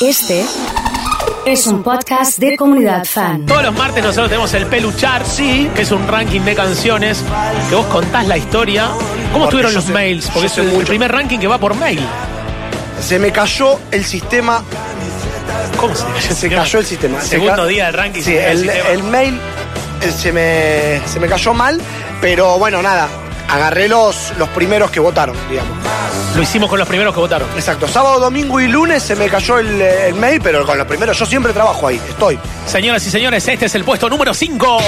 Este es un podcast de comunidad fan. Todos los martes nosotros tenemos el Peluchar, sí, que es un ranking de canciones que vos contás la historia. ¿Cómo estuvieron yo los sé- mails? yo Porque es sé el, mucho. primer ranking que va por mail. Se me cayó el sistema. ¿Cómo se cayó? Se cayó el sistema. Se Segundo ca- día del ranking. Sí, se cayó el el, sistema. el mail eh, se me, se me cayó mal, pero bueno, nada. Agarré los, los primeros que votaron, digamos. Lo hicimos con los primeros que votaron. Exacto. Sábado, domingo y lunes se me cayó el, eh, el mail, pero con los primeros. Yo siempre trabajo ahí, estoy. Señoras y señores, este es el puesto número 5. Qué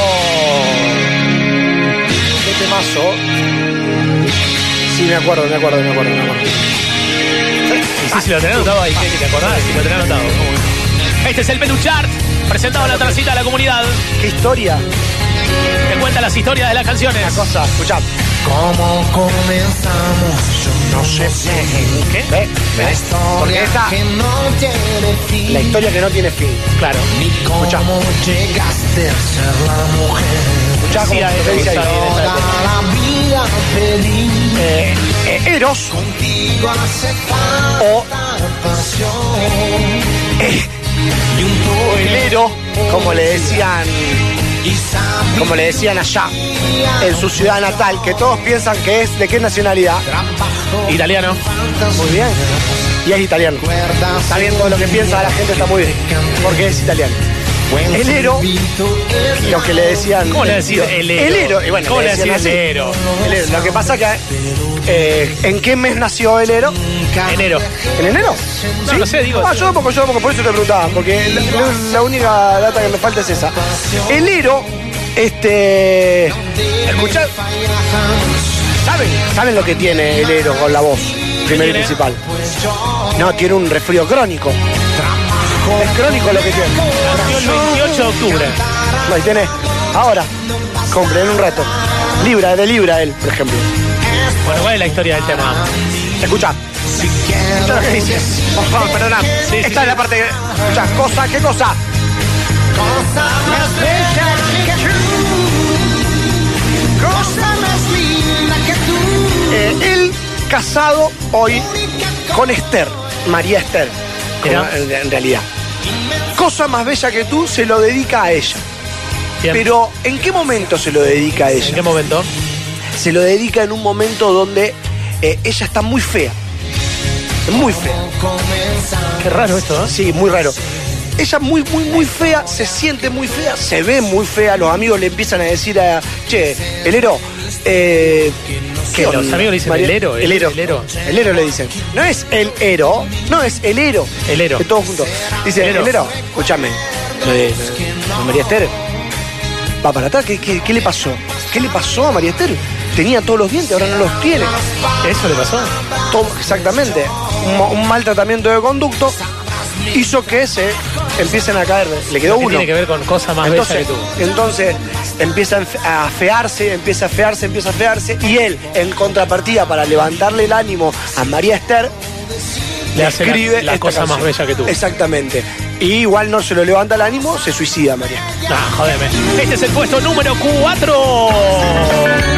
temazo. Sí, me acuerdo, me acuerdo, me acuerdo, me acuerdo. Y sí, si lo tenés anotado ahí, ¿qué? ¿te acordás? Si lo tenés anotado. ¿cómo es? Este es el Peluchart, presentado en la tercita de la comunidad. Qué historia. Te cuenta las historias de las canciones. Cosa, escuchá. ¿Cómo comenzamos? Yo no sé ¿Qué? Ve, ve. La Porque historia esta, que no tiene fin. la historia que no tiene fin. Claro. Ni cómo Escuchá. llegaste a ser la mujer. Escuchá Sí, cómo ahí, se dice ahí, ahí. ahí. Toda la vida pedí Eh, eh, Eros Eh. contigo aceptar o pasión. Y un o el poema Ero, como le decían, y sabía como le decían allá, en su ciudad natal, que todos piensan que es de qué nacionalidad. bajo Italiano. fantasías. Muy bien. Y es italiano. Recuerdas Está bien todo lo que piensa la gente, está muy bien. Porque es italiano. buen El Ero, silbito, el lo que le decían. ¿Cómo le decís el Ero? El Ero, y bueno, ¿Cómo le decían decís el así. Ero? El Ero. Lo que pasa que eh, ¿en qué mes nació el Ero? Enero. ¿En enero? No, no sé, digo- Ah, yo tampoco, yo tampoco, por eso te preguntaba, porque la, la- la única data que me falta es esa. El Ero, este. Escuchá, ¿saben, ¿saben lo que tiene el Ero con la voz? Primero tiene? y principal. No, tiene un resfrío crónico. Es crónico lo que tiene. Nació el 28 de octubre. No, y tiene. Ahora, compren en un rato. Libra, de Libra él, por ejemplo. Bueno, ¿cuál es la historia del tema? Escucha. Escucha lo que dice. Por favor, perdona. sí, Esta sí. es la parte que. Escucha, cosa, ¿qué cosa? Cosa más bella que tú. Cosa más linda que tú. Eh, él casado hoy con Esther, María Esther, como Mirá. en, en realidad. Cosa más bella que tú se lo dedica a ella. Bien. Pero ¿en qué momento se lo dedica a ¿En ella? qué momento? Se lo dedica en un momento donde eh, ella está muy fea. Muy fea. Qué raro esto, ¿eh? Sí, muy raro. Ella muy, muy, muy fea, se siente muy fea, se ve muy fea. Los amigos le empiezan a decir a, che, el Ero, eh, ¿qué Los onda, amigos le dicen, María? "El Ero, el Ero, el Ero". El Ero le dicen. No es el Ero, no es el Ero. El Ero. De todos juntos. Dice, El el Ero. Ero, escúchame. eh, María Esther, va para atrás, ¿Qué, qué, qué le pasó? ¿Qué le pasó a María Esther? Tenía todos los dientes, ahora no los tiene. ¿eh? ¿Eso le pasó? Todo, exactamente. Un, ma- un mal tratamiento de conducto hizo que se empiecen a caer. Le quedó ¿Qué uno. tiene que ver con cosas más Entonces, bellas que tú? entonces empieza a afearse, empieza a afearse, empieza a afearse. Y él, en contrapartida, para levantarle el ánimo a María Esther, Le hace la- escribe la esta cosa más canción. bella que tú. Exactamente. Y igual no se lo levanta el ánimo, se suicida María. Nah, jodeme. Este es el puesto número 4.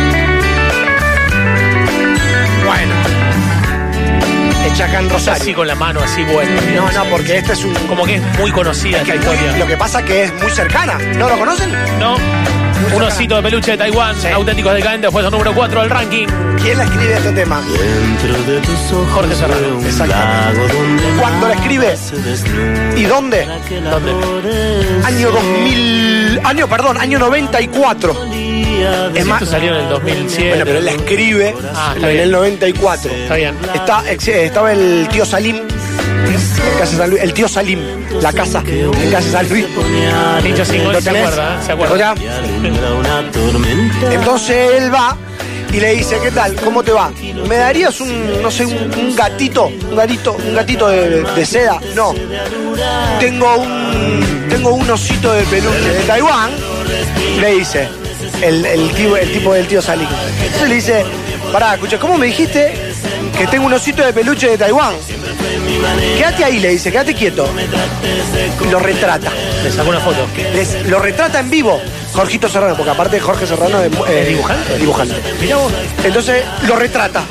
Bueno. Hecha acá en Rosario. Así con la mano, así vuelta. No, no, porque este es un. Como que es muy conocida que esta es muy- historia. lo que pasa que es muy cercana. ¿No lo conocen? ¿No? Un osito de peluche de Taiwán, auténticos decadentes, puesto número 4 del ranking. ¿Quién la escribe este tema? Dentro de tus ojos Jorge Serrano, veo un exactamente. lago donde ¿Cuándo la escribe? se desnuda ¿Y dónde? que la flores Año 2000. Año, perdón, año 94. Es Esto más. salió en el 2007. Bueno, pero él la escribe Ah, está en bien. el 94. Está bien. Está- ex- eh, estaba el tío Salim. en Casa San Luis, el tío Salim, la casa en Casa San Luis. ponía a Dicho sin ¿Lo gol, se tenés? acuerda, ¿eh? se acuerda. ¿Lo y alumbra una tormenta. Entonces él va y le dice, ¿qué tal? ¿Cómo te va? ¿Me darías un, no sé, un, un gatito? ¿Un gatito, un gatito de, de seda? No. Tengo un, tengo un osito de peluche de Taiwán, le dice el, el tío- el tipo del tío Salim. Entonces le dice, pará, escucha, ¿cómo me dijiste que tengo un osito de peluche de Taiwán? Quédate ahí, le dice, quédate quieto. Y lo retrata. Le sacó una foto. Les- lo retrata en vivo, Jorgito Serrano, porque aparte Jorge Serrano es eh, ¿Es dibujante? dibujante. Mirá vos. Entonces lo retrata,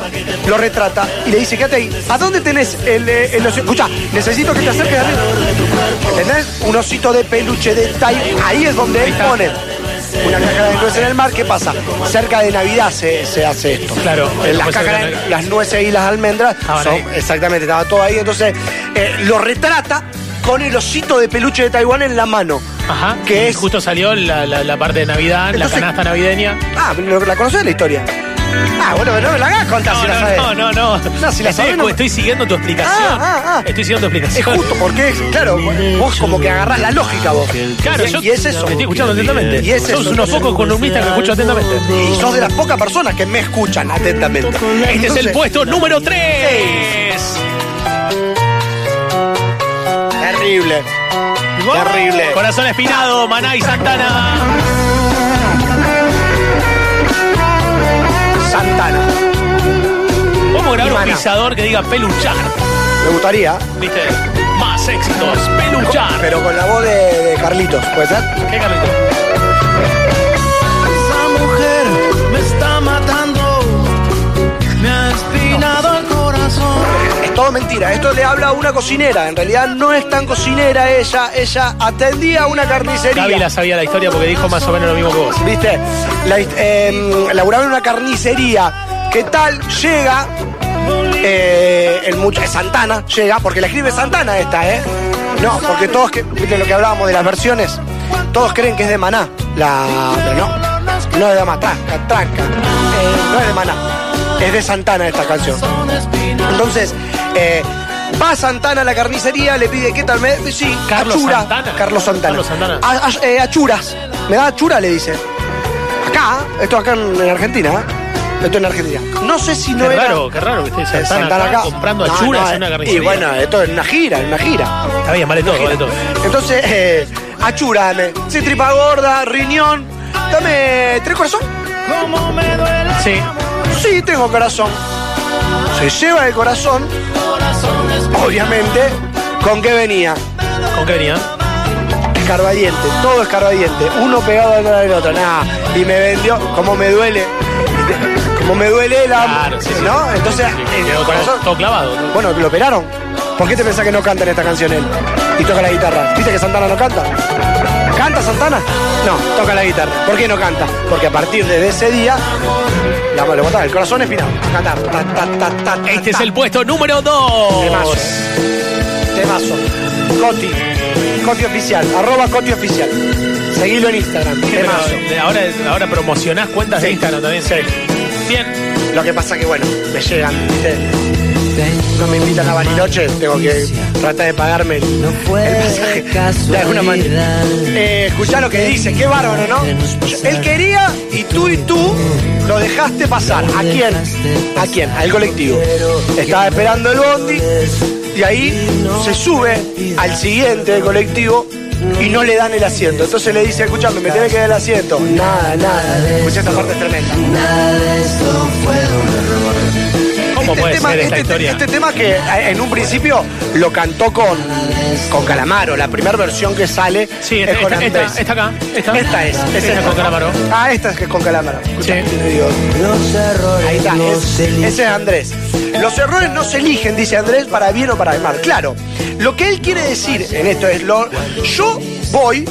lo retrata y le dice, quédate ahí. ¿A dónde tenés el, eh, el osito? Escucha, necesito que te acerques a mí. ¿Entendés? Un osito de peluche de Tai. Ahí es donde él pone una caja de nueces en el mar. ¿Qué pasa? Cerca de Navidad se, se hace esto. Claro, Eh, las, pues, cajas de- eh, las nueces y las almendras Estaban son ahí. exactamente, estaba todo ahí. Entonces eh, lo retrata con el osito de peluche de Taiwán en la mano. Ajá. Que Y es Justo salió la, la- la parte de Navidad, Entonces- la canasta navideña. Ah, pero ¿la conoces la historia? Ah, bueno, pero no me la hagas contar si la sabes. no, no, no, no. No, si la Estoy- sabés, no- Estoy siguiendo tu explicación. Ah, ah, ah. Estoy siguiendo tu Es explicación. justo porque, claro, vos como que agarrás la lógica vos. Claro, y, yo y es eso. te estoy escuchando atentamente. Y es Sos eso. unos pocos columnistas que escucho atentamente. Y sos de las pocas personas que me escuchan atentamente. Este es el Entonces, puesto número 3. Terrible. Terrible. Corazón espinado, Maná y Santana. Santana. Vamos a grabar Y un Maná. pisador que diga peluchar. Me gustaría, ¿Viste? Más éxitos, peluchar. pero con la voz de, de Carlitos, ¿puede ser? ¿Qué Carlito? Esa mujer me está matando, me ha espinado el corazón. Es todo mentira. Esto le habla a una cocinera. En realidad no es tan cocinera ella. Ella atendía a una carnicería. Gaby la sabía la historia porque dijo más o menos lo mismo que vos. ¿Viste? La, eh, laburaba en una carnicería. ¿Qué tal? Llega. eh, el much- Santana llega, porque la escribe Santana esta, ¿eh? No, porque todos que. ¿Viste lo que hablábamos de las versiones? Todos creen que es de Maná. La. Pero no. No es de Maná. Tranca, tranca. Eh, no es de Maná. Es de Santana esta canción. Entonces, eh, va Santana a la carnicería, le pide qué tal me. Sí, Carlos achura. Santana. Carlos Santana. Carlos Santana. A- a- eh, achuras. Me da achura, le dice. Acá, esto acá en, en Argentina. ¿eh? Esto en Argentina. No sé si no qué era. raro, qué raro que estés eh, Santana, acá, comprando No, achuras no, en una eh, carnicería. Y bueno, esto es una gira, en una gira. Está bien, vale todo, vale todo. Entonces, eh, achúrame. Sí, tripa gorda, riñón. Dame tres corazón. Sí. Sí, tengo corazón. Se lleva el corazón. Obviamente, ¿con qué venía? ¿Con qué venía? Escarbadiente, todo escarbadiente. Uno pegado al lado del otro, nada. Y me vendió, como me duele. Como me duele la. Claro, sí, sí. Ah, ¿No? sí, sí, Entonces, sí, el quedó todo, corazón- Ah, todo clavado. Bueno, lo operaron. ¿Por qué te pensás que no canta en esta canción él? Y toca la guitarra. ¿Viste que Santana no canta? ¿Canta Santana? No, toca la guitarra. ¿Por qué no canta? Porque a partir de ese día, la lo botaron, el corazón espinado. Cantar. ta, ta, ta, ta, ta, Este es ta. el puesto número 2. Temazo. Temazo. Coti. Coti oficial. Arroba Coti oficial. Seguilo en Instagram. Temazo. Ahora, ahora promocionás cuentas de Instagram también. Sí. Bien. Lo que pasa que, bueno, me llegan. ¿viste? No me invitan a Bariloche, tengo que tratar de pagarme el, el pasaje. De alguna manera. Eh, escuchá lo que dice, qué bárbaro, ¿no? Él quería y tú y tú lo dejaste pasar. ¿A quién? ¿A quién? Al colectivo. Estaba esperando el bondi y ahí se sube al siguiente del colectivo. Y no le dan el asiento. Entonces le dice, escuchame, me tiene que dar el asiento. Nada, nada. Escucha esta parte es tremenda. ¿Cómo Este puede tema- ser esta este- historia? este tema que eh, en un principio lo cantó con, con Calamaro, la primera versión que sale sí, este- es esta, con esta, esta, Andrés. esta acá. Esta, Esta es, es esta esta. con Calamaro. Ah, esta es que es con Calamaro. Sí. Ahí está, es- ese es Andrés. Los errores no se eligen, dice Andrés, para bien o para mal. Claro, lo que él quiere decir en esto es, lo, yo voy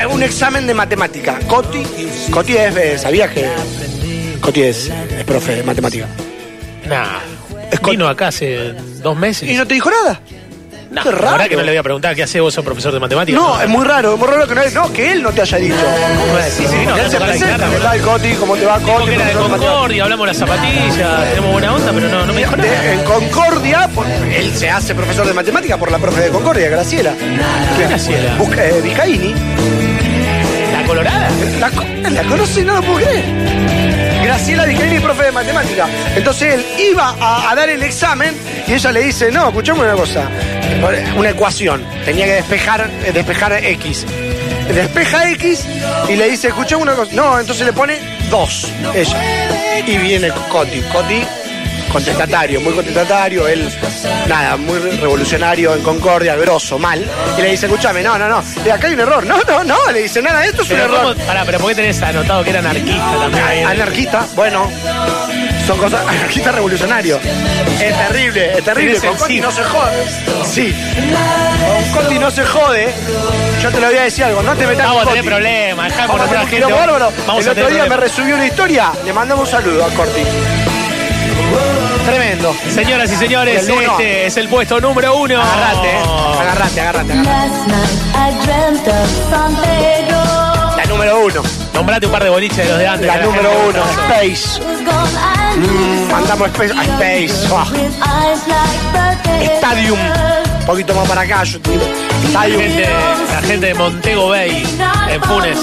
a un examen de matemática. Coti, Coti es, eh, ¿sabías que Coti es, es profe de matemática? Nah. Es con- Vino acá hace dos meses. ¿Y no te dijo nada? Nah, qué la raro. verdad que no le voy a preguntar qué hace vos, sos profesor de matemáticas. No, es muy raro, es muy raro que, no, no, que él no te haya dicho. Sí, sí, no, Que él se toca la presenta, guitarra, ¿qué tal Coti? ¿Cómo te va Dijo Coti? que era de ¿Cómo te va? Concordia, hablamos de las zapatillas, tenemos buena onda, pero no, no me dijo De- nada. en Concordia, por- él se hace profesor de matemática por la profe de Concordia, Graciela. Que- Graciela? Busca, eh, Vizcaíni. ¿La colorada? La, co- la conoce, no lo puedo creer. Graciela Vizcaíni, profe de matemática. Entonces él iba a, a dar el examen y ella le dice, no, escuchame una cosa. Una ecuación. Tenía que despejar, eh, despejar X. Despeja X y le dice, escuchame una cosa. No, entonces le pone 2. Ella. Y viene Coti. Coti contestatario, muy contestatario, él, nada, muy revolucionario en Concordia, grosso, mal. Y le dice, escúchame, no, no, no, eh, acá hay un error, no, no, no, le dice, nada, esto es un Pero, error. ¿cómo- pará, pero ¿por qué tenés anotado que era anarquista también? Ah, Anarquista, bueno, son cosas, anarquista revolucionario. Es terrible, es terrible, Tenés el con Conti sí. no se jode. Sí, con Conti no se jode, yo te lo voy a decir algo, no te metas Vamos con a tener Conti. problemas, dejá Vamos conocer a a tener la un gente. quilombo bárbaro. Vamos El a tener otro día me problemas. resubió una historia, le mandamos un saludo a Corti. Tremendo. Señoras y señores, El uno. este es el puesto número uno. Agarrate, eh. agarrate, agarrate, agarrate. Last night I dreamt of San Pedro. La número uno, Nombrate un par de boliches de los de antes. la que número gente uno, no sabe. Space. Was gone, I knew Mandamos Space Mm, a Space. ah. with eyes like birthday Stadium. Un poquito más para acá, yo te digo. Stadium. Gente- la gente de Montego Bay, en Funes.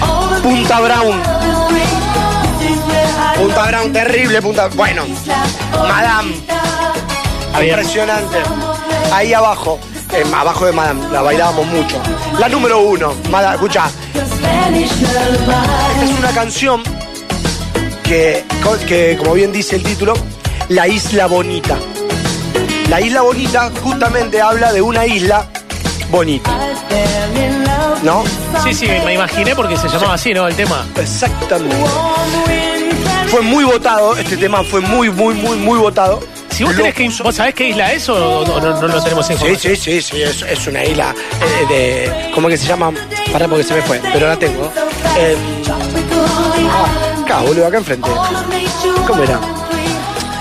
Uh, Punta Brown. Punta Brown, terrible, punta. Bueno, Madame, Bien. impresionante. Ahí abajo, eh, abajo de Madame, la bailábamos mucho. La número uno, Madame, escucha, esta es una canción que, co- que, como bien dice el título, La Isla Bonita. La Isla Bonita justamente habla de una isla bonita, ¿no? Sí, sí, me imaginé porque se llamaba así, ¿no? El tema. Exactamente. Fue muy votado, este tema fue muy, muy, muy, muy votado. Si vos Lo tenés que. puso- ¿Vos sabés qué isla es o o no, no lo tenemos en Sí, información? sí, sí, sí, es, es una isla eh, de... ¿Cómo que se llama? Pará porque se me fue, pero la tengo. Eh, acá, boludo, acá enfrente. ¿Cómo era?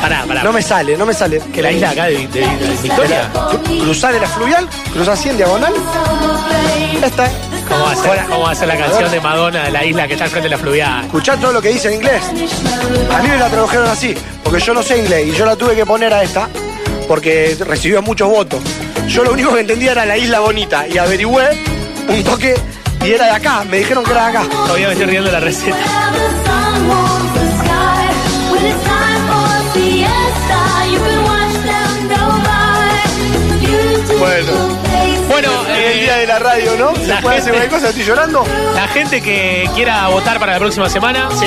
Pará, pará. No me sale, no me sale. Que la isla acá de, de- de Victoria. Cru- Cruzar de la fluvial, cruzar así en diagonal. Esta. ¿Cómo va, a ser, Hola. cómo va a ser la canción de Madonna de la isla que está al frente de la fluvial? Escuchá todo lo que dice en inglés. A mí me la tradujeron así, porque yo no sé inglés y yo la tuve que poner a esta porque recibió muchos votos. Yo lo único que entendía era la isla bonita y averigüé un toque y era de acá. Me dijeron que era de acá. Todavía me estoy riendo de la receta. Bueno. Bueno, El día eh, de la radio, ¿no? ¿Se la puede hacer gente- cualquier cosa? ¿Estoy llorando? la gente que quiera votar para la próxima semana. Sí.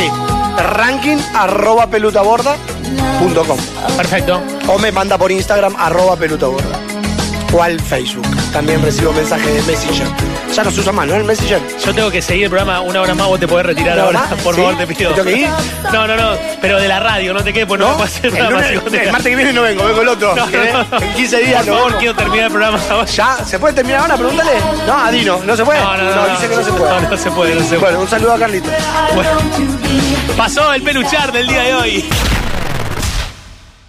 Ranking arroba pelutaborda.com Perfecto. O me manda por Instagram arroba pelutaborda. O al Facebook. También recibo mensajes de Messenger. Ya no se usa más, ¿no? El Messenger. Yo tengo que seguir el programa una hora más, vos te podés retirar ¿Una hora ahora, más? por ¿Sí? favor, te pido. ¿Me tengo que ir? No, no, no, pero de la radio, no te quedes, pues no, puedo hacer El, nada más. lunes- el martes que viene no vengo, vengo el otro. No, ¿eh? no, no. En 15 días Por no. favor, quiero terminar el programa ahora. ¿Ya? ¿Se puede terminar ahora? Pregúntale. No, a Dino, ¿no se puede? No, no, no, no. dice que no se puede. No, no se puede, no se puede. Bueno, un saludo a Carlitos. Bueno, pasó el peluchar del día de hoy.